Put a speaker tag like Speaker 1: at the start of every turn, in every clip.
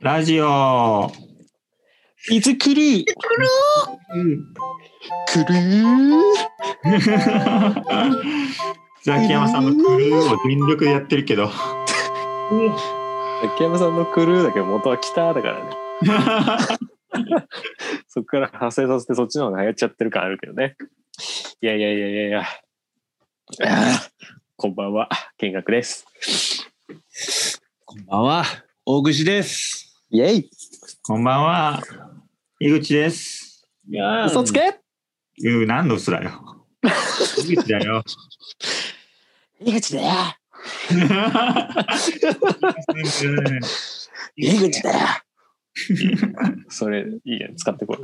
Speaker 1: ラジオ。水切り。うん。
Speaker 2: くるー
Speaker 1: ザキヤマさんのクルーを全力でやってるけど。
Speaker 3: 秋山さんのクルーだけど元は北だからねそこから派生させてそっちの方が流行っちゃってる感あるけどねいやいやいやいやいやあーこんばんは見学です
Speaker 2: こんばんは、大串です。
Speaker 3: イエイ
Speaker 1: こんばんは。井口です。
Speaker 2: いや
Speaker 3: 嘘つけ
Speaker 1: うー、何のすらよ。井口だ よ。
Speaker 3: 井口だよ
Speaker 1: 井
Speaker 3: だよそれいいや使ってこい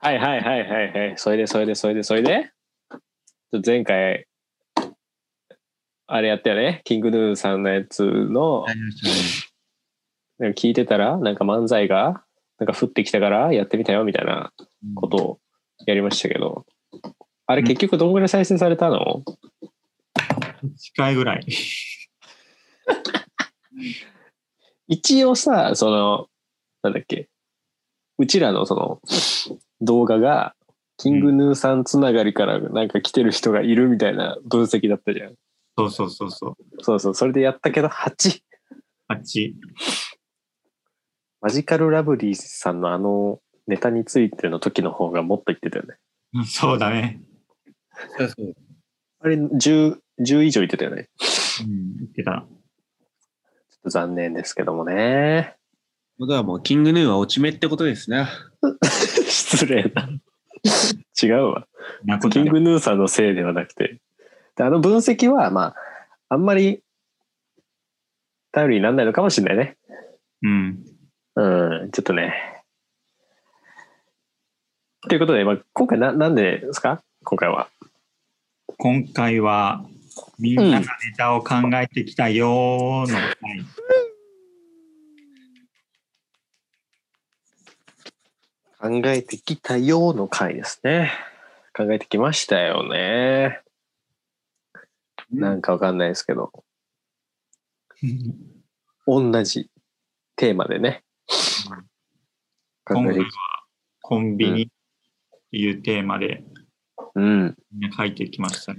Speaker 3: はいはいはいはいはい。それでそれでそれでそれで。ちょっと前回、あれやったよね。キングヌーさんのやつの、なんか聞いてたら、なんか漫才が、なんか降ってきたからやってみたよみたいなことをやりましたけど。あれ
Speaker 1: うん
Speaker 3: 結局どんぐらい再生されたの
Speaker 1: 近いぐらい。
Speaker 3: 一応さ、その、なんだっけ。うちらのその動画が、キングヌーさんつながりからなんか来てる人がいるみたいな分析だったじゃん。
Speaker 1: そうそうそうそう。
Speaker 3: そうそう、それでやったけど8。
Speaker 1: 八。
Speaker 3: マジカルラブリーさんのあのネタについての時の方がもっと言ってたよね。
Speaker 1: そうだね。
Speaker 2: そうそう
Speaker 3: あれ10、10以上言ってたよね。
Speaker 1: うん、言ってた。
Speaker 3: ちょっと残念ですけどもね。
Speaker 2: 僕はもう、キングヌーは落ち目ってことですね。
Speaker 3: 失礼な。 違うわ。
Speaker 1: なこと
Speaker 3: キ
Speaker 1: だ
Speaker 3: ン
Speaker 1: ね
Speaker 3: グヌーさんのせいではなくて。であの分析は、まあ、あんまり頼りにならないのかもしれないね。
Speaker 1: うん。
Speaker 3: うん、ちょっとね。ということで、まあ、今回な、なんでですか今回は。
Speaker 1: 今回はみんながネタを考えてきたよーの回、
Speaker 3: 考えてきたようの回ですね。考えてきましたよね。なんかわかんないですけど、同じテーマでね。考
Speaker 1: 今回
Speaker 3: えて
Speaker 1: はコンビニっていうテーマで
Speaker 3: うん。
Speaker 1: みんな書いてきましたね。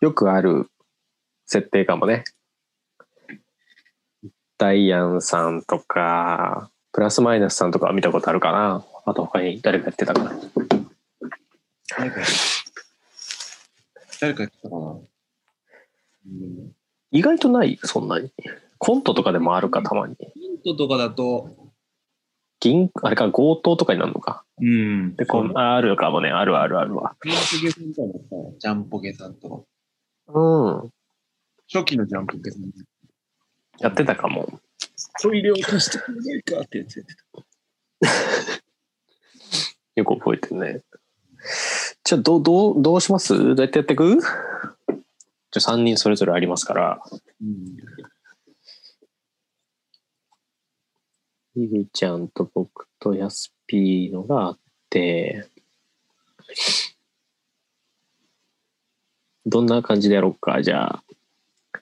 Speaker 3: よくある設定かもね。ダイアンさんとか、プラスマイナスさんとかは見たことあるかな。あと他に誰かやってたかな。
Speaker 2: 誰か、誰か来たかな。うん
Speaker 3: 意外とないそんなに。コントとかでもあるか、たまに。
Speaker 2: ヒントとかだと、
Speaker 3: 銀、あれか、強盗とかになるのか。
Speaker 1: うん。
Speaker 3: で、こんああるかもね。あるあるあるわ。
Speaker 2: ジャンポケさんとかもジャンポケさんと、
Speaker 3: うん。
Speaker 2: 初期のジャンポケさん。
Speaker 3: やってたかも。
Speaker 2: トイレを貸してくれないかってやつやってた。
Speaker 3: よく覚えてるね。じゃあ、どう、どう、どうしますどうやってやっていくじゃあ、3人それぞれありますから。
Speaker 2: うん。
Speaker 3: イグちゃんと僕とヤスピーのがあって、どんな感じでやろうか、じゃあ。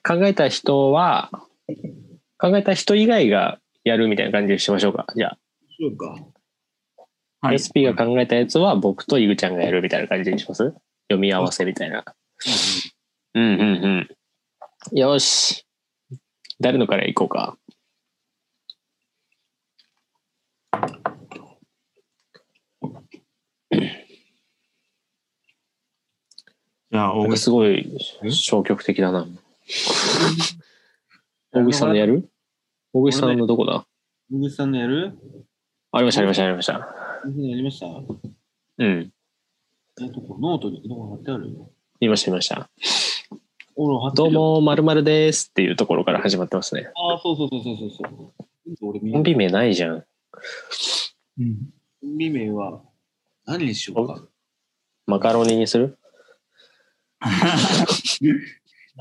Speaker 3: 考えた人は、考えた人以外がやるみたいな感じにしましょうか。じゃ
Speaker 2: そうか。
Speaker 3: あ、
Speaker 1: はい
Speaker 3: ヤスピーが考えたやつは僕とイグちゃんがやるみたいな感じにします読み合わせみたいな。うんうんうん。よし。誰のから行こうか。
Speaker 1: じゃあ、大
Speaker 3: なんか
Speaker 1: 口
Speaker 3: すごい
Speaker 1: え
Speaker 3: 消極的だな。大口さんのやる大口さんのどこだ
Speaker 2: 小口さんのやる
Speaker 3: ありました、ありました、ありました。
Speaker 2: 小口さんやりましたえ
Speaker 3: うん。
Speaker 2: っとこノートにどこ貼ってある
Speaker 3: 見ました、見ました。
Speaker 2: 俺貼って
Speaker 3: ど
Speaker 2: る
Speaker 3: う
Speaker 2: よ。
Speaker 3: も、まるまるですっていうところから始まってますね。
Speaker 2: ああ、そうそうそうそうそうそう。俺見
Speaker 3: コンビ名ないじゃん。
Speaker 1: うん
Speaker 2: コンビ名は何にしようか。
Speaker 3: マカロニにする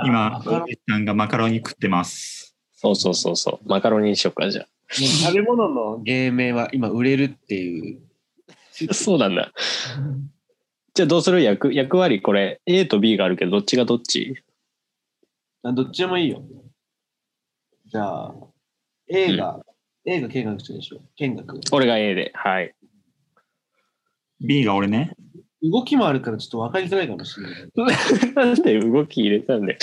Speaker 1: 今、
Speaker 2: マカロ
Speaker 1: 大口さんがマカロニ食ってます。
Speaker 3: そうそうそうそう。マカロニにしようか、じゃ
Speaker 2: ね食べ物の芸名は今売れるっていう。
Speaker 3: あ。そうなんだ。じゃあどうする役役割これ A と B があるけどどっちがどっち
Speaker 2: あどっちでもいいよ。じゃあ、
Speaker 4: A が、A が見学中でしょ。見学。
Speaker 3: 俺が A で。はい。
Speaker 1: B が俺 ね。
Speaker 4: 動きもあるからちょっと分かりづらいかもしれない。
Speaker 3: なんで動き入れたんで。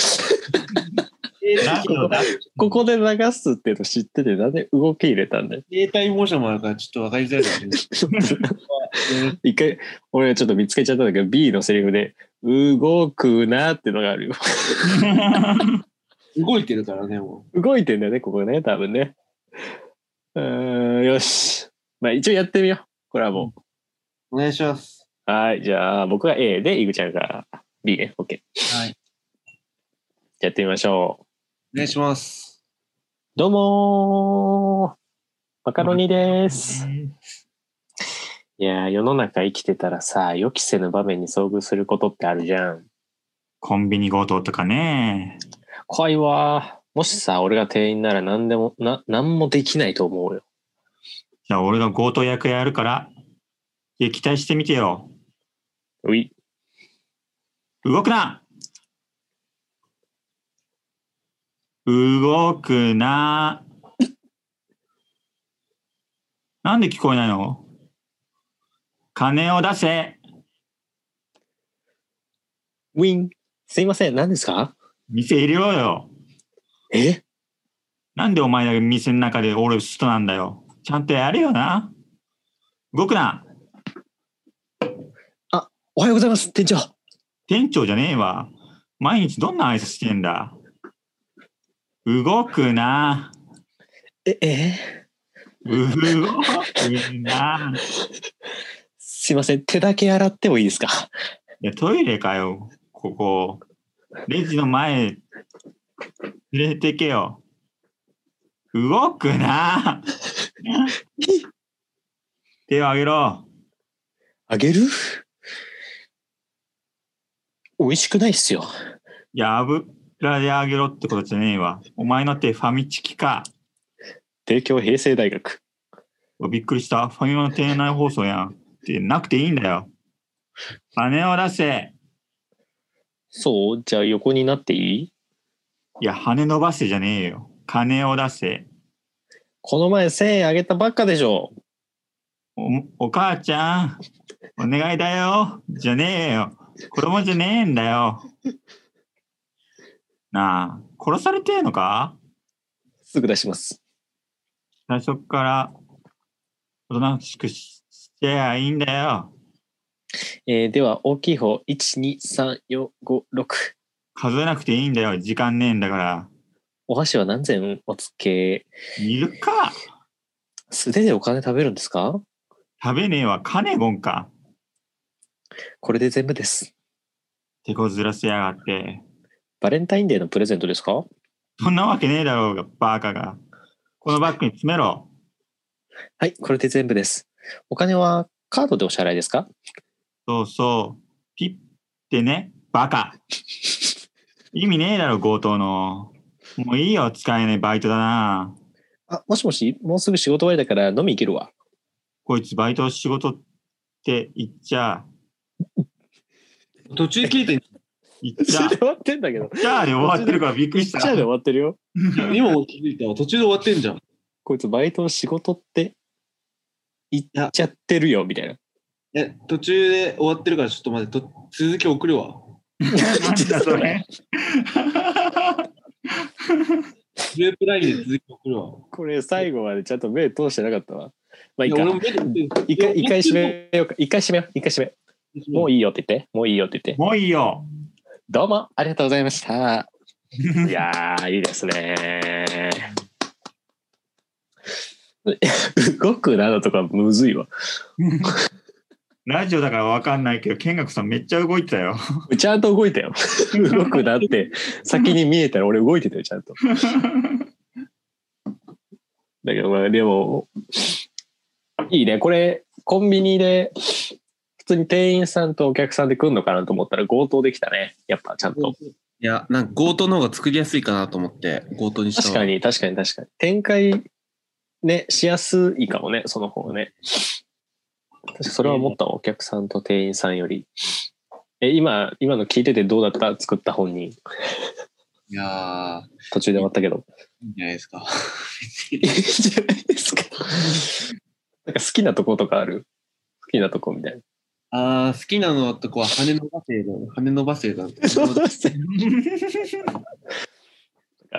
Speaker 4: A
Speaker 1: な
Speaker 4: だ
Speaker 1: んだろうな
Speaker 3: ここで流すっていうの知ってて、なんで動き入れたんで。
Speaker 4: 携帯モーションもあるからちょっと分かりづらいかもしれない。
Speaker 3: 一回、俺ちょっと見つけちゃったんだけど、B のセリフで、動くなってのがあるよ。
Speaker 4: 動いてるからね、も
Speaker 3: 動いてんだよね、ここね、多分ね。うーん、よし。まあ一応やってみよう。これはも
Speaker 4: う。お願いします。
Speaker 3: う。はい、じゃあ僕が A で、イグちゃんが B ね。OK。
Speaker 4: はい。
Speaker 3: やってみましょう。
Speaker 4: お願いします。
Speaker 3: どうもーマカロニです。いやー世の中生きてたらさ、予期せぬ場面に遭遇することってあるじゃん。
Speaker 1: コンビニ強盗とかね。
Speaker 3: 怖いわーもしさ、俺が店員なら何でも、な、何もできないと思うよ。
Speaker 1: じゃあ俺が強盗役やるから、撃退してみてよ。
Speaker 3: うい。
Speaker 1: 動くな動くな。なんで聞こえないの金を出せ
Speaker 3: ウィン。すいません、何ですか
Speaker 1: 店入れろよ
Speaker 3: え
Speaker 1: なんでお前だけ店の中で俺人なんだよちゃんとやれよな動くな
Speaker 3: おはようございます、店長。
Speaker 1: 店長じゃねえわ。毎日どんな挨拶してんだ動くな。
Speaker 3: え、えー
Speaker 1: 動くな。
Speaker 3: すいません、手だけ洗ってもいいですか
Speaker 1: いや、トイレかよ、ここ。レジの前、連れてけよ。動くな。手を挙げろ。
Speaker 3: あげる美味しくないっすよ。
Speaker 1: いや、油であげろってことじゃねえわ。お前の手ファミチキか。
Speaker 3: 帝京平成大学。
Speaker 1: びっくりした。ファミマの店内放送やん。ってなくていいんだよ。金を出せ。
Speaker 3: そうじゃあ横になっていい
Speaker 1: いや、羽伸ばせじゃねえよ。金を出せ。
Speaker 3: この前1000円あげたばっかでしょ。
Speaker 1: おお母ちゃん、お願いだよ。じゃねえよ。子供じゃねえんだよ。なあ、殺されてえのか
Speaker 3: すぐ出します。
Speaker 1: 最初っから、おとなしくししてやいいんだよ。
Speaker 3: えーでは大きい方、1、2、3、4、5、6。
Speaker 1: 数えなくていいんだよ。時間ねえんだから。
Speaker 3: お箸は何千お付け。
Speaker 1: いるか
Speaker 3: 素手でお金食べるんですか
Speaker 1: 食べねえわ。カネゴンか。
Speaker 3: これで全部です。
Speaker 1: 手こずらせやがって。
Speaker 3: バレンタインデーのプレゼントですか
Speaker 1: そんなわけねえだろうが、バカが。このバッグに詰めろ。
Speaker 3: はい、これで全部です。お金はカードでお支払いですか
Speaker 1: そうそう。ピッてね、バカ。意味ねえだろ、強盗の。もういいよ、使えないバイトだな。
Speaker 3: あ、もしもし、もうすぐ仕事終わりだから飲み行けるわ。
Speaker 1: こいつバイト仕事って言っちゃ、
Speaker 4: 途中聞いて、
Speaker 1: 言っ
Speaker 3: そ
Speaker 1: ち ゃ
Speaker 3: れで、終わってんだけど。
Speaker 1: じゃあで終わってるからびっくりし
Speaker 3: じ
Speaker 1: た。
Speaker 3: ゃあで終わってるよ。
Speaker 4: 今も気づいたわ。途中で終わってんじゃん。
Speaker 3: こいつバイトの仕事って言っちゃってるよ、みたいな。
Speaker 4: え、途中で終わってるからちょっと待って、と続き送るわ。
Speaker 1: なんだそれ。
Speaker 4: グループラインで続き送るわ。
Speaker 3: これ最後までちゃんと目通してなかったわ。まあいい
Speaker 4: や
Speaker 3: か
Speaker 4: 俺。も見てる
Speaker 3: 一回、一回閉めようか。一回閉めよう。一回閉めよう。もう
Speaker 4: いい。
Speaker 3: いいよって言って。もういいよって言って。
Speaker 1: もういいよ。
Speaker 3: どうも、ありがとうございま した。いやー、いいですね。 動くなのとかむずいわ。
Speaker 1: ラジオだからわかんないけど、見学さんめっちゃ動いてたよ。
Speaker 3: ちゃんと動いたよ。動くなって、先に見えたら俺動いてたよ、ちゃんと。だけど、まあ、でも、いいね。これ、コンビニで、普通に店員さんとお客さんで来るのかなと思ったら強盗できたね。やっぱ、ちゃんと。
Speaker 4: いや、なんか強盗の方が作りやすいかなと思って、強盗にした
Speaker 3: 確か
Speaker 4: に。
Speaker 3: に、確かに、確かに。展開、ね、しやすいかもね、その方がね。確かそれは思ったわお客さんと店員さんより。え、今、今の聞いててどうだった作った本人。
Speaker 4: いやー
Speaker 3: 途中で終わったけど。
Speaker 2: いいんじゃないですか。
Speaker 3: いいんじゃないですか。なんか好きなとことかある好きなとこみたい な。
Speaker 4: ああ、好きなのとこは羽伸ばせだ。羽伸ばせだ。
Speaker 3: なん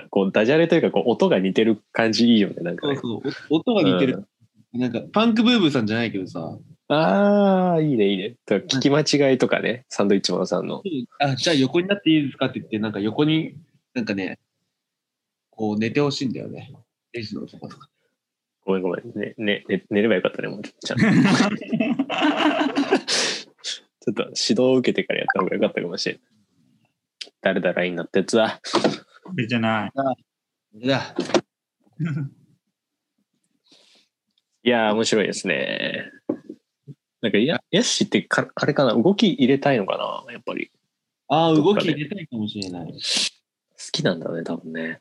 Speaker 3: かこうダジャレというかこう音が似てる感じいいよね。なんか
Speaker 4: そう
Speaker 3: ね。
Speaker 4: そう。お音が似てる。なんか、パンクブーブーさんじゃないけどさ。
Speaker 3: ああ、いいね、いいね。だから聞き間違いとかね、サンドイッチマンさんの。
Speaker 4: あ、じゃあ横になっていいですかって言って、なんか横に、なんかね、こう寝てほしいんだよね。レジのとことか。
Speaker 3: ごめんごめん。ね、ね、ね寝ればよかったね、もうちょっと ちゃんと。ちょっと指導を受けてからやった方がよかったかもしれない。誰だラインになったやつだ。
Speaker 1: これじゃない。
Speaker 4: いや、
Speaker 3: いやー、面白いですね。なんか、や、やっしってか、あれかな、動き入れたいのかな、やっぱり。
Speaker 4: ああ、
Speaker 3: どっ
Speaker 4: 動
Speaker 3: か
Speaker 4: き
Speaker 3: で
Speaker 4: 入れたいかもしれない。
Speaker 3: 好きなんだね、多分ね。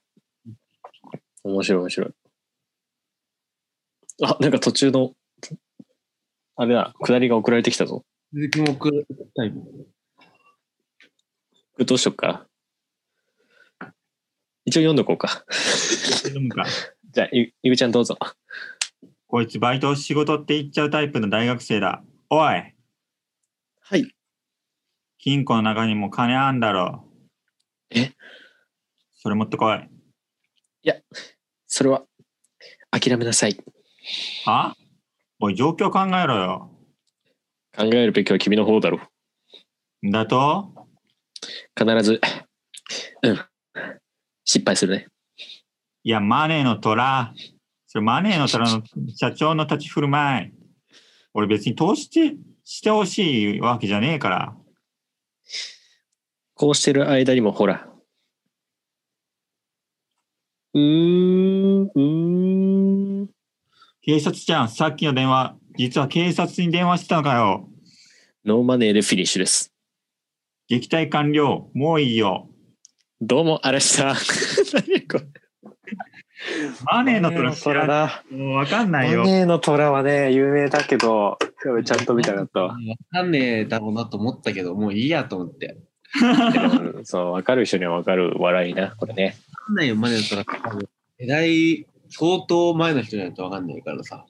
Speaker 3: 面白い、面白い。あ、なんか途中の、あれだ、下りが送られてきたぞ。
Speaker 4: 続きも送りたいもん。
Speaker 3: これどうしよっか。一応読んどこうか。
Speaker 1: でもか
Speaker 3: じゃあ、ゆゆぐちゃんどうぞ。
Speaker 1: こいつバイト仕事って言っちゃうタイプの大学生だ。おい
Speaker 2: はい。
Speaker 1: 金庫の中にも金あんだろ。
Speaker 3: え
Speaker 1: それ持ってこい。
Speaker 3: それは、諦めなさい。
Speaker 1: はおい、状況考えろよ。
Speaker 3: 考えるべきは君の方だろう。
Speaker 1: だと
Speaker 3: 必ず、うん、失敗するね。
Speaker 1: いや、マネーの虎。それマネーの虎の社長の立ち振る舞い。俺別に投資してしてほしいわけじゃねえから。
Speaker 3: こうしてる間にもほら。うーん、うーん。
Speaker 1: 警察じゃん、さっきの電話。実は警察に電話してたのかよ。
Speaker 3: ノーマネーでフィニッシュです。
Speaker 1: 撃退完了。もういいよ。
Speaker 3: どうも、あれした。 何これ
Speaker 1: マネーの虎知らん
Speaker 3: だ。
Speaker 1: もうわかん
Speaker 3: マ
Speaker 1: ないよ。
Speaker 3: ネーの虎はね、有名だけど、やべちゃんと見たかった
Speaker 4: わ
Speaker 3: わ。
Speaker 4: かんねえだろうなと思ったけど、もういいやと思って。
Speaker 3: うんそう、わかる人にはわかる笑いな、これね。
Speaker 4: わかんないよ、マネだったら。世代、相当前の人じゃないとわかんないからさ。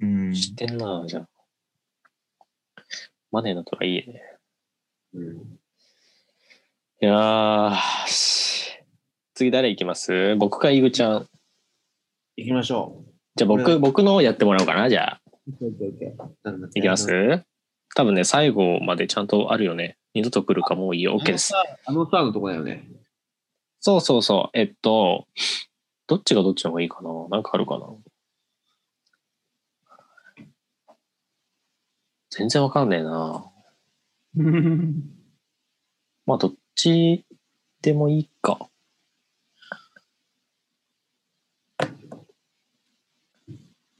Speaker 1: うん。
Speaker 3: 知ってんな、じゃあ。マネーの虎いいね。
Speaker 4: うん。
Speaker 3: いやー、次誰行きます僕かイグちゃん。
Speaker 4: 行きましょ
Speaker 3: じゃあ僕、
Speaker 4: うん
Speaker 3: 僕のをやってもらおうかな、じゃあ。
Speaker 4: う。なんだっけ
Speaker 3: いきます多分ね、最後までちゃんとあるよね。二度と来るかもういいよ。OK です。
Speaker 4: あのさ、あのとこだよね。
Speaker 3: そうそうそう。えっと、どっちがどっちの方がいいかななんかあるかな全然わかんねえな。 まあ、どっちでもいいか。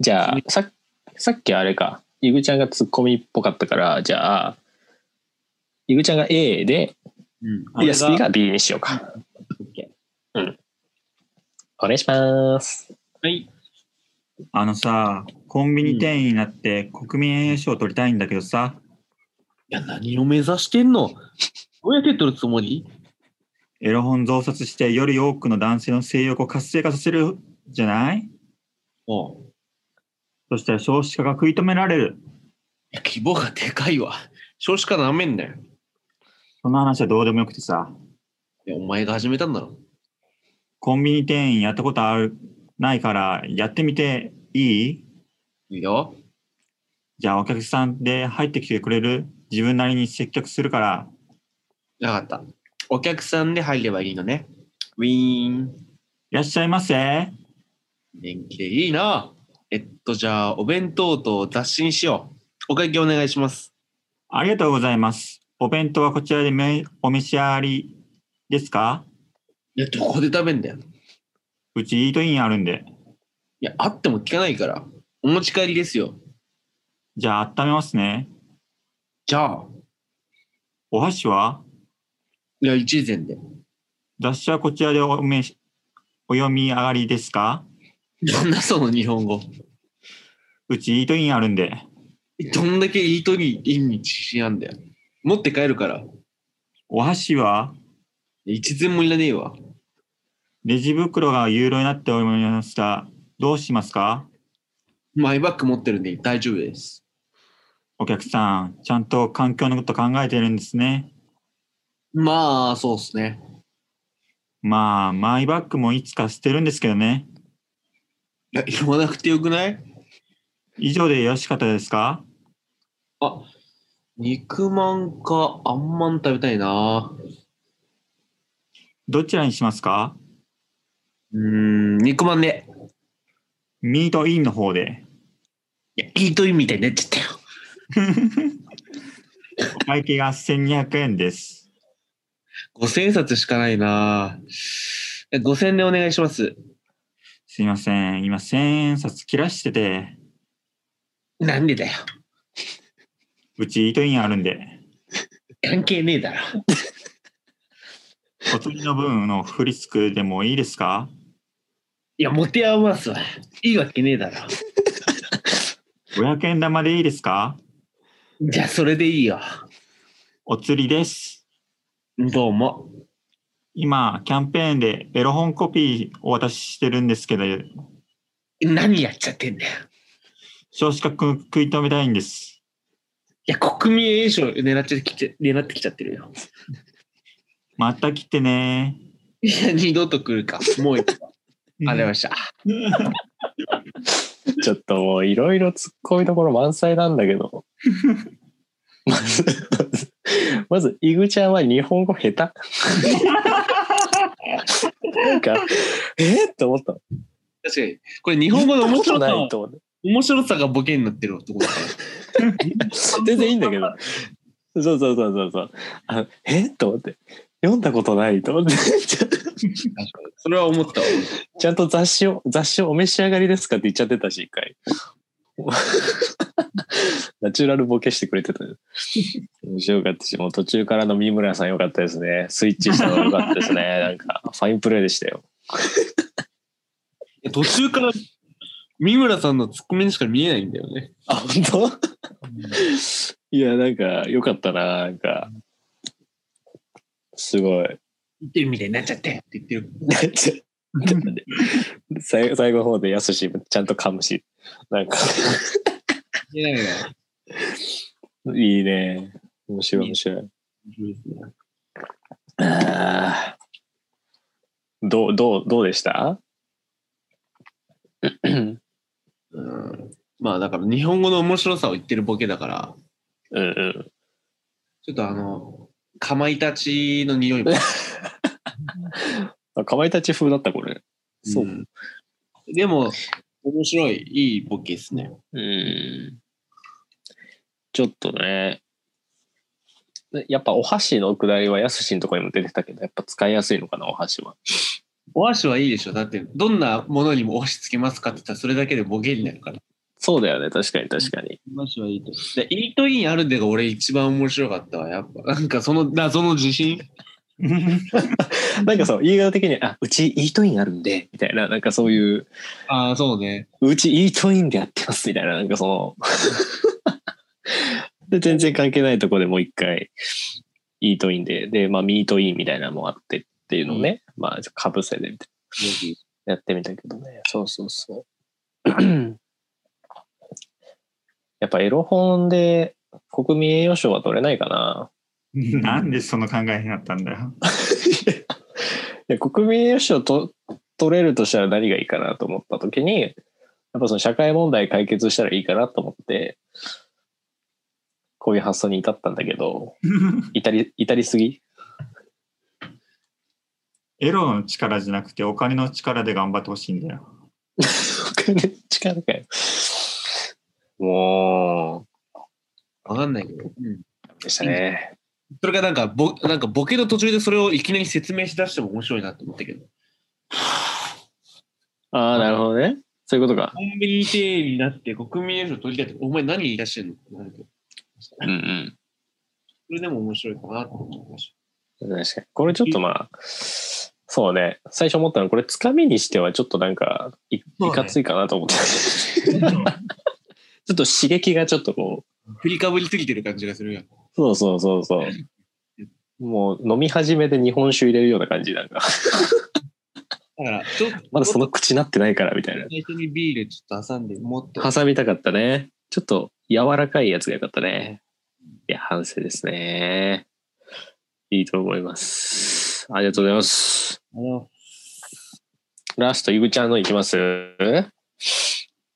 Speaker 3: じゃあ、ささっきあれか、イグちゃんがツッコミっぽかったから、じゃあ、イグちゃんが A で、
Speaker 4: うん。
Speaker 1: あ
Speaker 3: イ
Speaker 1: れ
Speaker 3: ヤ
Speaker 1: が
Speaker 3: スピが B にしようか。うん。お願いします。
Speaker 4: はい。
Speaker 1: あのさ、コンビニ店員になって国民栄誉賞取りたいんだけどさ、
Speaker 4: いや、何を目指してんのどうやって取るつもり
Speaker 1: エロ本増刷してより多くの男性の性欲を活性化させるじゃない
Speaker 4: おう
Speaker 1: そしたら少子化が食い止められる。
Speaker 4: いや規模がでかいわ。少子化なめんなよ。
Speaker 1: その話はどうでもよくてさ、
Speaker 4: いや、お前が始めたんだろ。
Speaker 1: コンビニ店員やったことあるないからやってみていい
Speaker 4: いいよ。
Speaker 1: じゃあお客さんで入ってきてくれる自分なりに接客するから、
Speaker 4: わかった。お客さんで入ればいいのね。ウィーン。
Speaker 1: いらっしゃいませ。
Speaker 4: 元気でいいな。えっと、じゃあ、お弁当と雑誌にしよう。お会計お願いします。
Speaker 1: ありがとうございます。お弁当はこちらでめお召し上がりですか
Speaker 4: いや、どこで食べんだよ。
Speaker 1: うちイートインあるんで。
Speaker 4: いや、あっても聞かないから。お持ち帰りですよ。
Speaker 1: じゃあ温めますね。
Speaker 4: じゃあ、
Speaker 1: お箸はい
Speaker 4: や、一膳で。
Speaker 1: 雑誌はこちらでおめしお読み上がりですか
Speaker 4: なんだその日本語。
Speaker 1: うちイートインあるんで。
Speaker 4: どんだけイートにインに自信あんだよ。持って帰るから。
Speaker 1: お箸は
Speaker 4: 一膳もいらねえわ。
Speaker 1: レジ袋が有料になっておりました。どうしますか
Speaker 4: マイバッグ持ってるんで大丈夫です。
Speaker 1: お客さん、ちゃんと環境のこと考えてるんですね。
Speaker 4: まあ、そうですね。
Speaker 1: まあ、マイバッグもいつか捨てるんですけどね。
Speaker 4: いや言わなくてよくない
Speaker 1: 以上でよろしかったですか
Speaker 4: あ、肉まんかあんまん食べたいな。
Speaker 1: どちらにしますか
Speaker 4: うーん、肉まんで。
Speaker 1: ミートインの方で。
Speaker 4: いや、イートインみたいになっちゃったよ。
Speaker 1: お会計が1200円です。
Speaker 4: 5000円札しかないな。え5000円でお願いします。
Speaker 1: すいません。今、1000円札切らしてて、
Speaker 4: なんでだよ。
Speaker 1: うちイートインあるんで、
Speaker 4: 関係ねえだろ。
Speaker 1: お釣りの分のフリスクでもいいですか
Speaker 4: いや、持て余すわ。いいわけねえだろ。
Speaker 1: ?500 円玉でいいですか
Speaker 4: じゃあ、それでいいよ。
Speaker 1: お釣りです。
Speaker 4: どうも。
Speaker 1: 今、キャンペーンでエロ本コピーをお渡ししてるんですけど、
Speaker 4: 何やっちゃってんだよ。
Speaker 1: 少子化く食い止めたいんです。
Speaker 4: いや、国民栄誉賞狙ってきて、狙ってきちゃってるよ。
Speaker 1: また来てね。
Speaker 4: いや、二度と来るか。もう一個。ありました。
Speaker 3: ちょっともういろいろ突っ込みどころ満載なんだけど。 まず、まずまず、イグちゃんは日本語下手。なんか、えっと思った。
Speaker 4: 確かに。これ日本語の面白
Speaker 3: 言ったことない、と
Speaker 4: さ
Speaker 3: 思って。
Speaker 4: 面白さがボケになってるってことだか
Speaker 3: 全然いいんだけど。そうそうそうそうそう。あえっと思って。読んだことないと思って。ちゃ
Speaker 4: ら。それは思ったわ。
Speaker 3: ちゃんと雑誌を、雑誌をお召し上がりですかって言っちゃってたし、一 回。ナチュラルボケしてくれてた。面白かったし、もう途中からの三村さん良かったですね。スイッチしたの良かったです ね。なんか、ファインプレーでしたよ。
Speaker 4: いや途中から三村さんのツッコミにしか見えないんだよね。
Speaker 3: あ、本当いや、なんか、良かったな。なんか、すごい。
Speaker 4: 言ってるみたいになっちゃってって言ってる。
Speaker 3: ちょちょっと待って最最後の方でやすしちゃんと噛むしなんか
Speaker 4: 見えないな。
Speaker 3: いいね面白い面白いあー どうどうどうでしたうん
Speaker 4: うんまあだから日本語の面白さを言ってるボケだから、
Speaker 3: うん
Speaker 4: ちょっとあの、かまいたちの匂いも。
Speaker 3: あかまいたち風だったこれそう
Speaker 4: うんでも、面白い、いいボケですね。
Speaker 3: うんちょっとねやっぱお箸の下りはやすしのとこにも出てたけどやっぱ使いやすいのかなお箸は
Speaker 4: お箸はいいでしょ。だって、どんなものにもお箸つけますかって言ったら、それだけでボケになるから。
Speaker 3: そうだよね確かに確かに
Speaker 4: お箸はいいと。で、イートインあるでが俺一番面白かったわ。やっぱ、なんかその謎の自信。
Speaker 3: なんかそう、言い方的に、あ、うちイートインあるんで、みたいな、なんかそういう、
Speaker 4: ああ、そうね。
Speaker 3: うちイートインでやってます、みたいな、なんか その、で、全然関係ないとこでもう一回、イートインで、で、まあ、ミートインみたいなのもあってっていうのをね、まあ、かぶせでやってみたけどね、そうそうそう。やっぱエロ本で国民栄誉賞は取れないかな。
Speaker 1: なんでその考えになったんだよ。
Speaker 3: で国民栄誉賞と取れるとしたら何がいいかなと思った時にやっぱその社会問題解決したらいいかなと思ってこういう発想に至ったんだけど至り至りすぎ
Speaker 1: エロの力じゃなくてお金の力で頑張ってほしいんだよ。
Speaker 3: お金力かよも
Speaker 4: わかんないけど。うん。
Speaker 3: うでしたね
Speaker 4: それがなんかボ、なんかボケの途中でそれをいきなり説明しだしても面白いなって思ったけど。
Speaker 3: ああなるほどねそういうことか
Speaker 4: コンビニ店員になって国民栄誉賞取りたいって、お前何言い出してんのってなるけど、
Speaker 3: うんうん
Speaker 4: それでも面白いかなと思いまし
Speaker 3: 確かにこれちょっとまあそうね最初思ったのこれつかみにしてはちょっとなんかいい
Speaker 4: そうね
Speaker 3: かついかなと思ってちょっと刺激がちょっとこう
Speaker 4: た。振りかぶりすぎてる感じがするよ。
Speaker 3: そうそうそうそう。もう飲み始めで日本酒入れるような感じなんか。
Speaker 4: だから、ちょっと、
Speaker 3: まだその口なってないからみたいな。
Speaker 4: 最初にビールちょっと挟んで、もっと。
Speaker 3: 挟みたかったね。ちょっと柔らかいやつがよかったね。いや、反省ですね。いいと思います。ありがとうございます。
Speaker 4: の
Speaker 3: ラスト、イグちゃんのいきます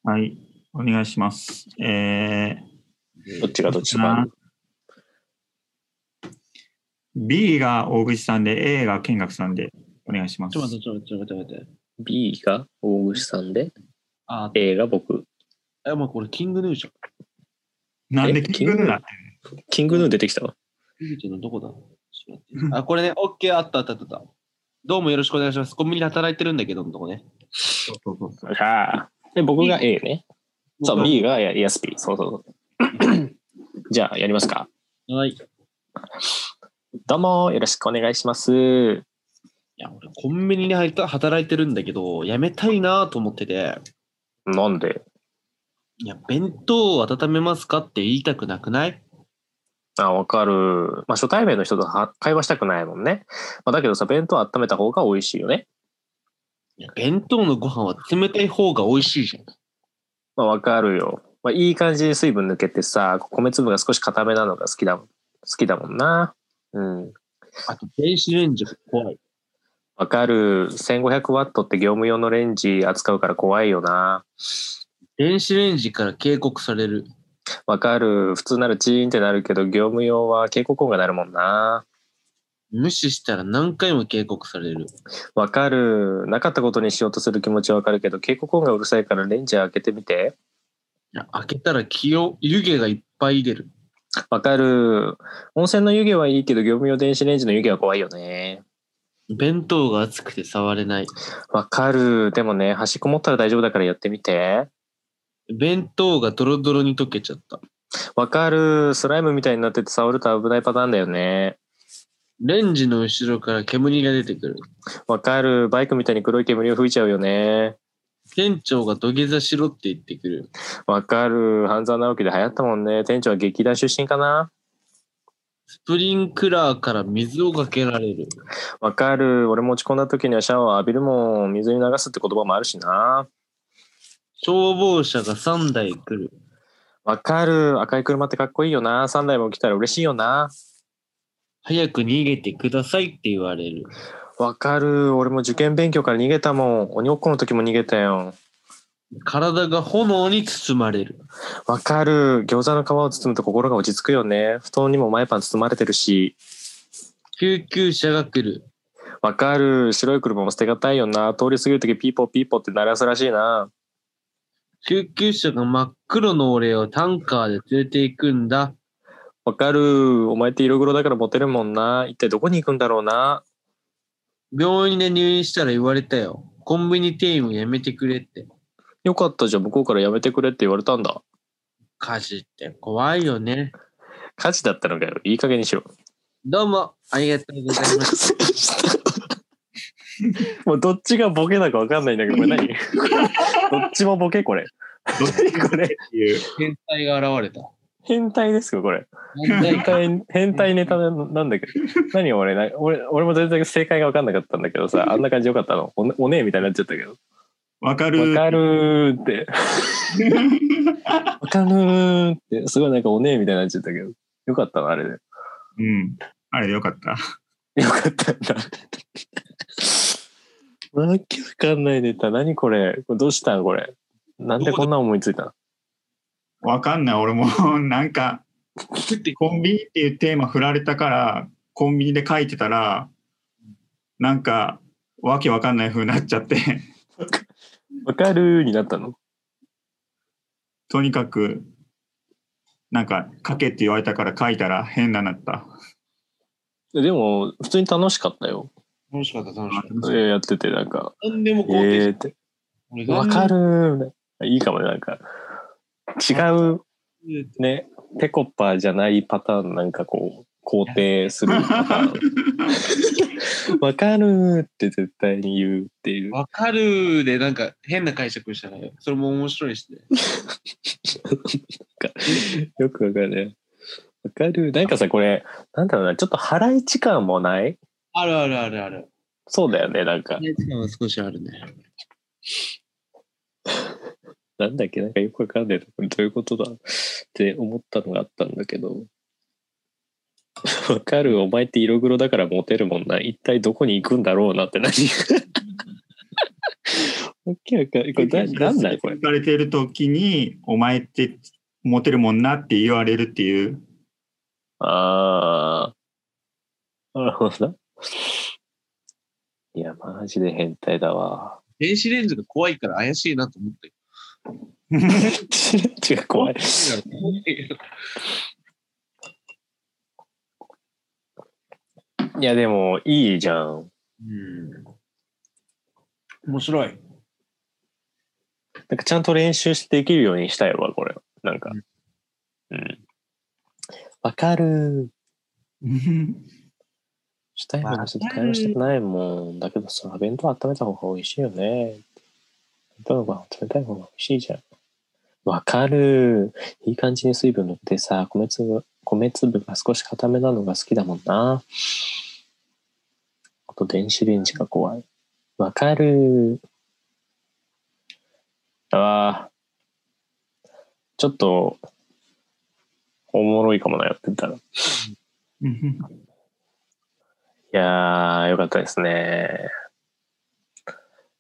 Speaker 1: はい。お願いします。えー、
Speaker 3: どっちがどっちか。
Speaker 1: B が大口さんで A が見学さんでお願いします。
Speaker 4: ちょっと待って、ちょっと待って、ちょっと待って。
Speaker 3: B が大串さんで、
Speaker 4: あー、
Speaker 3: A が僕。
Speaker 4: え、もうこれ、キングヌーじゃん。
Speaker 1: なんで聞くんだ
Speaker 3: キングヌー出てきたわ。
Speaker 4: キングちゃんのどこだちょっと待ってあ、これね、OK、あったあったあったあった。どうもよろしくお願いします。コンビニで働いてるんだけど、のとこね。
Speaker 1: そうそうそう
Speaker 3: ああ。で、僕が A ね。そう、
Speaker 4: 僕
Speaker 3: B がややすぴ。そうそう そう。じゃあ、やりますか。
Speaker 4: はい。い
Speaker 3: どうも、よろしくお願いします。
Speaker 4: や、俺、コンビニで入った働いてるんだけど、辞めたいなと思ってて、
Speaker 3: なんで
Speaker 4: いや、弁当を温めますかって言いたくなくない
Speaker 3: あ、わかる。まあ、初対面の人とは会話したくないもんね。まあ、だけどさ、弁当温めた方が美味しいよね。
Speaker 4: いや、弁当のご飯は冷たい方が美味しいじゃん。
Speaker 3: まあ、わかるよ。まあ、いい感じに水分抜けてさ、米粒が少し固めなのが好きだもん。好きだもんな。うん。
Speaker 4: あと、電子レンジが怖い。
Speaker 3: わかる。1500ワットって業務用のレンジ扱うから怖いよな。
Speaker 4: 電子レンジから警告される。
Speaker 3: わかる。普通ならチーンってなるけど、業務用は警告音が鳴るもんな。
Speaker 4: 無視したら何回も警告される。
Speaker 3: わかる。なかったことにしようとする気持ちはわかるけど、警告音がうるさいからレンジ開けてみて。
Speaker 4: いや開けたら気を湯気がいっぱい出る。
Speaker 3: わかる。温泉の湯気はいいけど、業務用電子レンジの湯気は怖いよね。
Speaker 4: 弁当が熱くて触れない。
Speaker 3: わかる。でもね、端っこ持ったら大丈夫だからやってみて。
Speaker 4: 弁当がドロドロに溶けちゃった。
Speaker 3: わかる。スライムみたいになってて触ると危ないパターンだよね。
Speaker 4: レンジの後ろから煙が出てくる。
Speaker 3: わかる。バイクみたいに黒い煙を吹いちゃうよね。
Speaker 4: 店長が土下座しろって言ってくる。
Speaker 3: わかる。半沢直樹で流行ったもんね。店長は劇団出身かな
Speaker 4: スプリンクラーから水をかけられる。
Speaker 3: わかる。俺も落ち込んだ時にはシャワー浴びるもん。水に流すって言葉もあるしな。
Speaker 4: 消防車が3台来る。
Speaker 3: わかる。赤い車ってかっこいいよな。3台も来たら嬉しいよな。
Speaker 4: 早く逃げてくださいって言われる。
Speaker 3: わかる。俺も受験勉強から逃げたもん。鬼ごっこの時も逃げたよ。
Speaker 4: 体が炎に包まれる。
Speaker 3: わかる。餃子の皮を包むと心が落ち着くよね。布団にも前パン包まれてるし。
Speaker 4: 救急車が来る。
Speaker 3: わかる。白い車も捨てがたいよな。通り過ぎる時ピーポーピーポーって鳴らすらしいな。
Speaker 4: 救急車が真っ黒の俺をタンカーで連れて行くんだ。
Speaker 3: わかる。お前って色黒だからモテるもんな。一体どこに行くんだろうな。
Speaker 4: 病院で入院したら言われたよ。コンビニ店員をやめてくれって。
Speaker 3: よかったじゃん。向こうからやめてくれって言われたんだ。
Speaker 4: 火事って怖いよね。
Speaker 3: 火事だったのかよ。いい加減にしろ。
Speaker 4: どうも、ありがとうございます。
Speaker 3: もうどっちがボケだかわかんないんだけど、これ何どっちもボケこれ。
Speaker 1: どっち
Speaker 3: これ。
Speaker 1: っていう
Speaker 4: 天才が現れた。
Speaker 3: 変態ですよ、これ。
Speaker 4: 何
Speaker 3: 変
Speaker 4: 回か。
Speaker 3: 態、変態ネタななんだけど。何俺な、俺、俺も全然正解が分かんなかったんだけどさ、あんな感じよかったの。おねおねえみたいになっちゃったけど。
Speaker 1: わか
Speaker 3: わ
Speaker 1: る。
Speaker 3: かるーって。わかるーって。すごいなんかおねえみたいになっちゃったけど。よかったな、あれで。
Speaker 1: うん。あれでよかった。
Speaker 3: よかったんだ。 わけわかんないネタ。何これ。これどうしたんこれ。なんでこんな思いついたの
Speaker 1: わかんない。俺も なんか
Speaker 4: 食って
Speaker 1: コンビニっていうテーマ振られたからコンビニで書いてたらなんかわけわかんない風になっちゃって
Speaker 3: わかるーになったの。
Speaker 1: とにかくなんか書けって言われたから書いたら変なな った。
Speaker 3: でも、普通に楽しかったよ。
Speaker 4: 楽しかった、楽しかっ
Speaker 3: えーやってて、なんか、
Speaker 4: た。何でも肯
Speaker 3: えー
Speaker 4: 定し
Speaker 3: っ
Speaker 4: て
Speaker 3: て。
Speaker 4: 俺が
Speaker 3: わかるーみたいないいかもね、なんか。違う、ね、ペコパじゃないパターン、なんかこう、肯定するパターン。わかるーって絶対に言うっていう。
Speaker 4: わかるで、なんか変な解釈したら、それも面白いしね。
Speaker 3: よくわかるね。わかるーなんかさ、これ、なんだろうな、ちょっとハライチ感もない
Speaker 4: あるあるあるある。
Speaker 3: そうだよね、なんか。
Speaker 4: 期間は少しあるね。
Speaker 3: なんだっけ、なんかよくわかんないところにどういうことだって思ったのがあったんだけど、 わかる、お前って色黒だからモテるもんな。一体どこに行くんだろうなって何 わけわかんない。これだなんだよこれ。
Speaker 1: 行かれてる時に、お前ってモテるもんなって言われるっていう。
Speaker 3: ああ。なるほどな。いや、マジで変態だわ。
Speaker 4: 電子レンジが怖いから怪しいなと思って。
Speaker 3: 違う、怖い。いや、でも、いいじゃん。
Speaker 4: うん。面白い。
Speaker 3: なんかちゃんと練習してできるようにしたいわ、これ。なんか。うん。わかる。したいものちょっと会話したくないもん。だけどさ、弁当温めた方が美味しいよね。弁当のご飯冷たい方が美味しいじゃん。わかる。いい感じに水分乗ってさ、米粒、米粒が少し固めなのが好きだもんな。あと電子レンジが怖い。わかる。ああ。ちょっと、おもろいかもな、やってたら。いやー、よかったですね。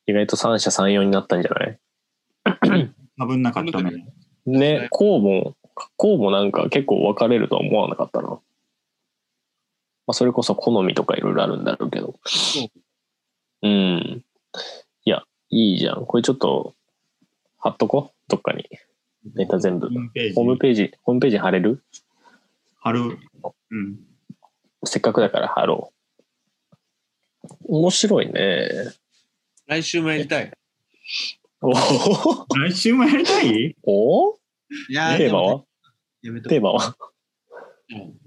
Speaker 3: 意外と三者三様になったんじゃない
Speaker 1: 多分なかったね。
Speaker 3: ね、こうも、こうもなんか結構分かれるとは思わなかったな。まあ、それこそ好みとかいろいろあるんだろうけど。うん。いや、いいじゃん。これちょっと、貼っとこう。どっかに。ネタ全部
Speaker 1: ホ。ームページ
Speaker 3: ホームページ、ホームページ貼れる
Speaker 1: 貼る。うん。
Speaker 3: せっかくだから貼ろう。面白いね。
Speaker 4: 来週もやりたい。
Speaker 3: お
Speaker 1: 来週もやりたい
Speaker 3: おお
Speaker 4: いや
Speaker 3: テーマは
Speaker 4: やめと
Speaker 3: テーマは
Speaker 4: うん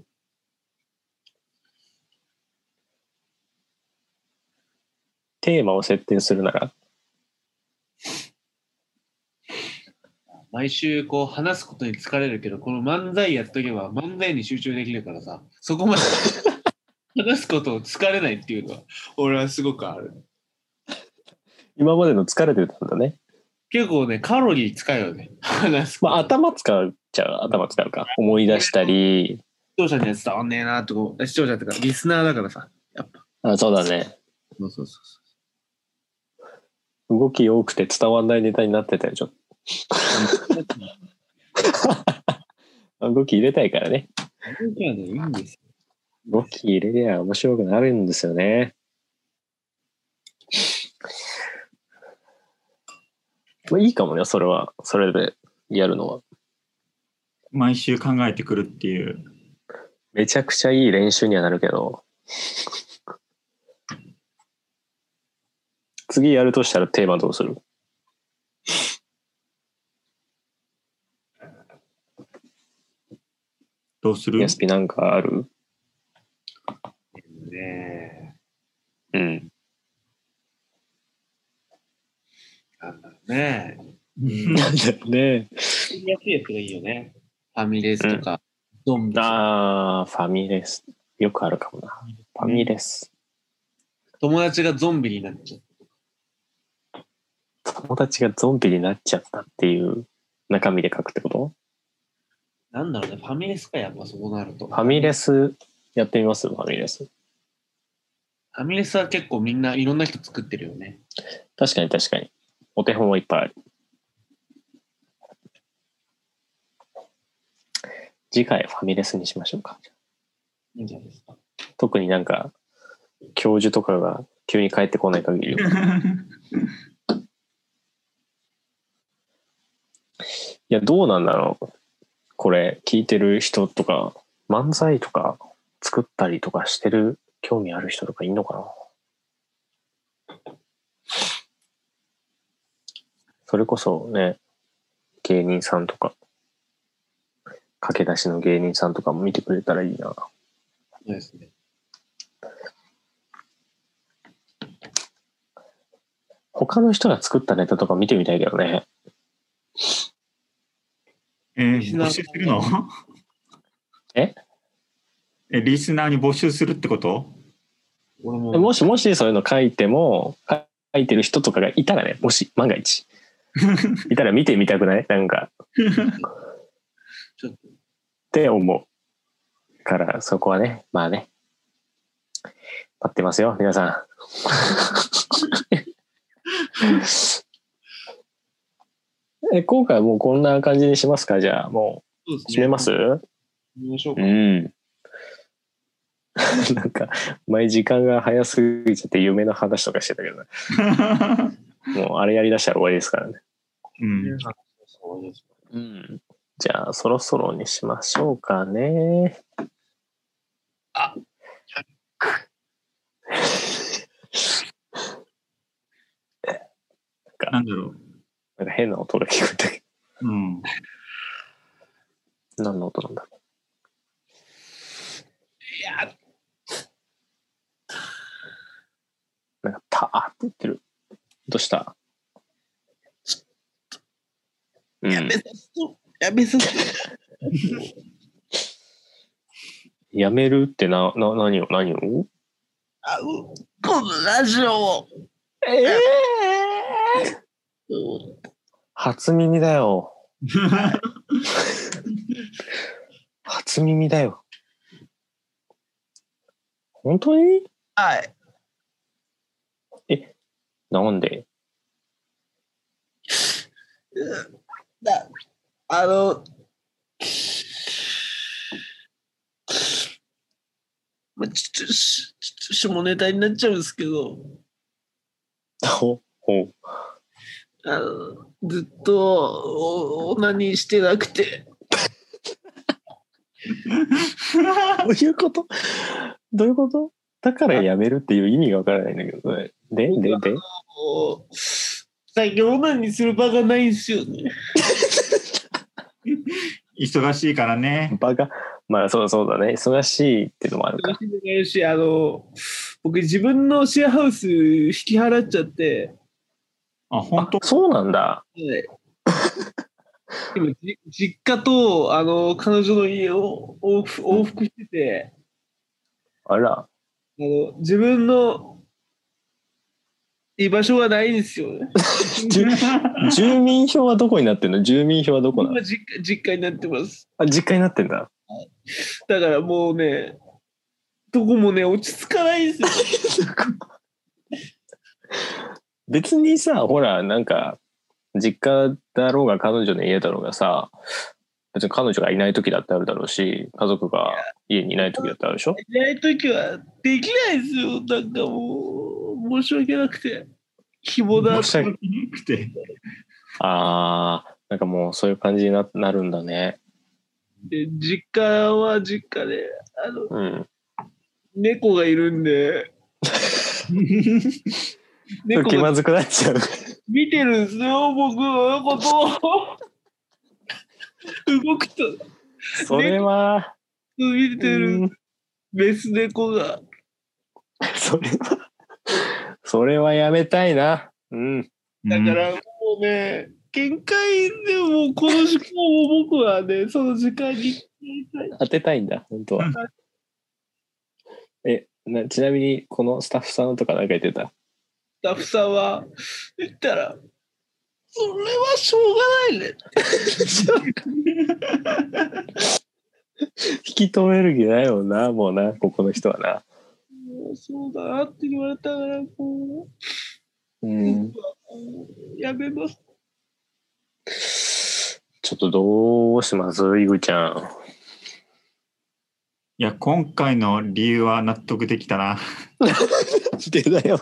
Speaker 3: テーマを設定するなら
Speaker 4: 毎週こう話すことに疲れるけど、この漫才やっとけば漫才に集中できるからさ、そこ まで話すことを疲れないっていうのは、俺はすごくある。
Speaker 3: 今までの疲れてたんだね。
Speaker 4: 結構ね、カロリー使うよね。話すこと。
Speaker 3: まあ頭使うっちゃ頭使うか。思い出したり。
Speaker 4: 視聴者には伝わんねえなとか、視聴者ってか、リスナーだからさ。
Speaker 3: あそうだね。
Speaker 4: そうそうそうそ
Speaker 3: 動き多くて伝わんないネタになってたよ、ちょっ
Speaker 4: う。
Speaker 3: と。 動き入れたいからね。
Speaker 4: いやね、いいんです
Speaker 3: 動
Speaker 4: よ。
Speaker 3: き入れりゃ面白くなるんですよね。まあいいかもね、それは。それでやるのは。
Speaker 1: 毎週考えてくるっていう。
Speaker 3: めちゃくちゃいい練習にはなるけど。次やるとしたらテーマどうする
Speaker 1: どうする
Speaker 3: ヤスピなんかある
Speaker 4: ね
Speaker 3: うん。
Speaker 4: え、なんだろうね。
Speaker 3: なんだよ ね。
Speaker 4: やりやすいやつがいいよね。ファミレスとか、ドンブス
Speaker 3: ああ、ファミレス。よくあるかもな。ファミレス。
Speaker 4: 友達がゾンビになっちゃう。
Speaker 3: 友達がゾンビになっちゃったっていう中身で書くってこと
Speaker 4: なんだろうね、ファミレスか、やっぱそうなると。
Speaker 3: ファミレスやってみますファミレス。
Speaker 4: ファミレスは結構みんないろんな人作ってるよね。
Speaker 3: 確かに確かに。お手本はいっぱいある。次回ファミレスにしましょうか。
Speaker 4: いいんじゃないですか。
Speaker 3: 特になんか教授とかが急に帰ってこない限りはいやどうなんだろうこれ聞いてる人とか漫才とか作ったりとかしてる興味ある人とかいんのかなそれこそね芸人さんとか駆け出しの芸人さんとかも見てくれたらいいな
Speaker 4: そうですね。
Speaker 3: 他の人が作ったネタとか見てみたいけどね
Speaker 1: えー募集するの
Speaker 3: え
Speaker 1: えリスナーに募集するってこと
Speaker 4: 俺
Speaker 3: で
Speaker 4: も、
Speaker 3: もしもしそういうの書いても書いてる人とかがいたらねもし万が 一いたら見てみたくないなんか
Speaker 4: ちょっと、
Speaker 3: って思うからそこはねまあね待ってますよ皆さ んえ今回はもうこんな感じにしますかじゃあも
Speaker 4: そうで
Speaker 3: う締めます、
Speaker 4: 見ましょうか。
Speaker 3: うん。 なんか、前時間が早すぎちゃって夢の話とかしてたけど ね。もうあれやりだしたら終わりですからね。
Speaker 1: うん。
Speaker 4: そうです
Speaker 3: うん。じゃあ、そろそろにしましょうかね。
Speaker 4: あ
Speaker 1: なんだろ
Speaker 3: なんか変な音が聞こえたけ
Speaker 1: う。うん。
Speaker 3: ど。何の音なんだろ
Speaker 4: いや、
Speaker 3: う。なんか、たーって言ってる。どうしたうん。
Speaker 4: やめさせと、やめさせと。
Speaker 3: やめるってな、な、何を、何を
Speaker 4: あうこのラジオを。
Speaker 3: ええ
Speaker 4: うん
Speaker 3: 初耳だよ。初耳だよ。本当に
Speaker 4: はい。
Speaker 3: なんで
Speaker 4: うんだあの、まあ、ちょっとし、ちょっと下ネタになっちゃうんですけど、
Speaker 3: ほほ
Speaker 4: あのずっとお、オナニーしてなくて、
Speaker 3: どういうことどういうことだからやめるっていう意味がわからないんだけどね。で、で、で、
Speaker 4: もう最近オナニーする場がないんですよね。
Speaker 1: 忙しいからね。
Speaker 3: バカ。まあ、そうそうだね。忙しいっていうのもあるか。
Speaker 4: よし、あの、僕自分のシェアハウス引き払っちゃって、
Speaker 1: あ、本当
Speaker 3: あそうなんだ。
Speaker 4: はい。今じ実家とあの彼女の家を往復往復してて、
Speaker 3: あら。
Speaker 4: あの自分の居場所がないんですよね。
Speaker 3: じ ゅ住民票はどこになってんの住民票はどこなの
Speaker 4: 今実家実家になってます。
Speaker 3: あ、実家になってんだ。
Speaker 4: だからもうね、どこもね、落ち着かないんですよ。
Speaker 3: 別にさ、ほら、なんか、実家だろうが彼女の家だろうがさ、別に彼女がいない時だってあるだろうし、家族が家にいない時だってあるでしょ
Speaker 4: いないときはできないんですよ。なんかもう、申し訳なくて。肝だ
Speaker 3: 申し 訳
Speaker 1: くて。
Speaker 3: ああ、なんかもうそういう感じにななるんだね。
Speaker 4: で実家は実家で、あの、
Speaker 3: うん。
Speaker 4: 猫がいる んで、猫
Speaker 3: 気
Speaker 4: が
Speaker 3: まずくなっちゃう。
Speaker 4: 見てるんですよ、僕のことを。動くと、
Speaker 3: それは、
Speaker 4: 見て
Speaker 3: う
Speaker 4: る
Speaker 3: ん
Speaker 4: メス猫が。
Speaker 3: それは、それはやめたいな。うん。
Speaker 4: だからもうね、限界でもうこの時間を僕はね、その時間に使いたい。
Speaker 3: 当てたいんだ、本当は。え、なちなみに、このスタッフさんとかなんか言ってた。
Speaker 4: スタッフさんは言ったら、それはしょうがないね。
Speaker 3: 引き止める気ないよな、もうな、ここの人はな。
Speaker 4: もうそうだなって言われたから、こ
Speaker 3: う
Speaker 4: う、
Speaker 3: ん。
Speaker 4: 僕はこうやめます。
Speaker 3: ちょっとどうしますイグちゃん。
Speaker 1: いや、今回の理由は納得できたな。
Speaker 3: でだよ。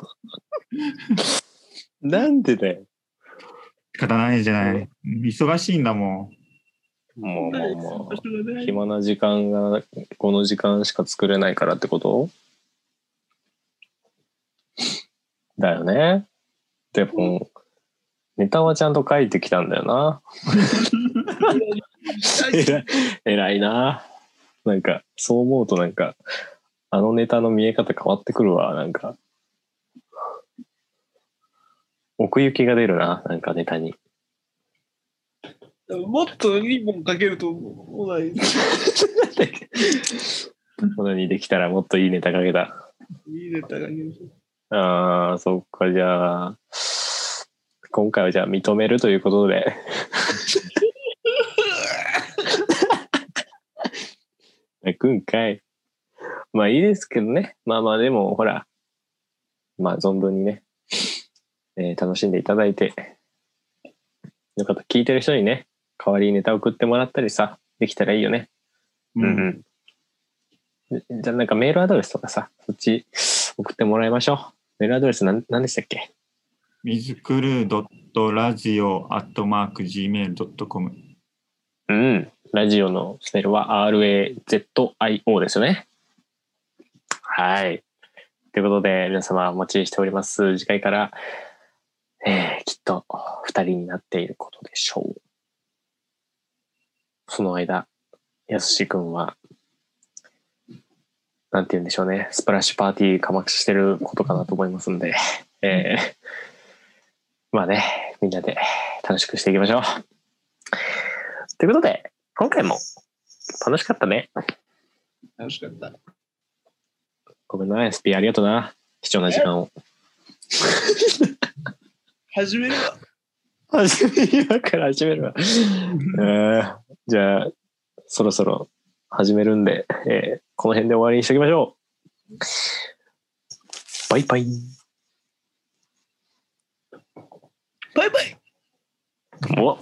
Speaker 3: なんでだよ。
Speaker 1: 仕方ないじゃない。忙しいんだも
Speaker 3: もうもうもう
Speaker 4: 場。所がない
Speaker 3: 暇な時間がこの時間しか作れないからってことだよね。でも、ネタはちゃんと書いてきたんだよな。えらい、偉いな。なんか、そう思うとなんか、あのネタの見え方変わってくるわ、なんか。奥行きが出るな、なんかネタに。
Speaker 4: もっといいもんかけると思わない。
Speaker 3: このようにできたらもっといいネタ書けた。
Speaker 4: いいネタが言う。
Speaker 3: ああ、そっか、じゃあ、今回はじゃあ認めるということで。 泣くんかい。まあいいですけどね。まあまあでも、ほら、まあ存分にね、えー楽しんでいただいて、よかった。聞いてる人にね、代わりにネタ送ってもらったりさ、できたらいいよね。
Speaker 1: うん。
Speaker 3: うん。じゃあなんかメールアドレスとかさ、そっち送ってもらいましょう。メールアドレスなん何でしたっけ
Speaker 1: 水クルー .radio.gmail.com。
Speaker 3: うん。ラジオのスペルは RAZIO ですよね。はい。ということで、皆様お待ちしております。次回から、えーきっと二人になっていることでしょう。その間、やすしくんは、なんて言うんでしょうね。スプラッシュパーティーかまくしてることかなと思いますんで、えーまあね、みんなで楽しくしていきましょう。ということで、今回も楽しかったね。
Speaker 4: 楽しかった。
Speaker 3: ごめんな、SP ありがとうな。貴重な時間を。
Speaker 4: 始めるわ。
Speaker 3: 始め今から始めるわ。えーじゃあ、そろそろ始めるんで、えーこの辺で終わりにしておきましょう。バイバイ。
Speaker 4: バイバイ
Speaker 3: お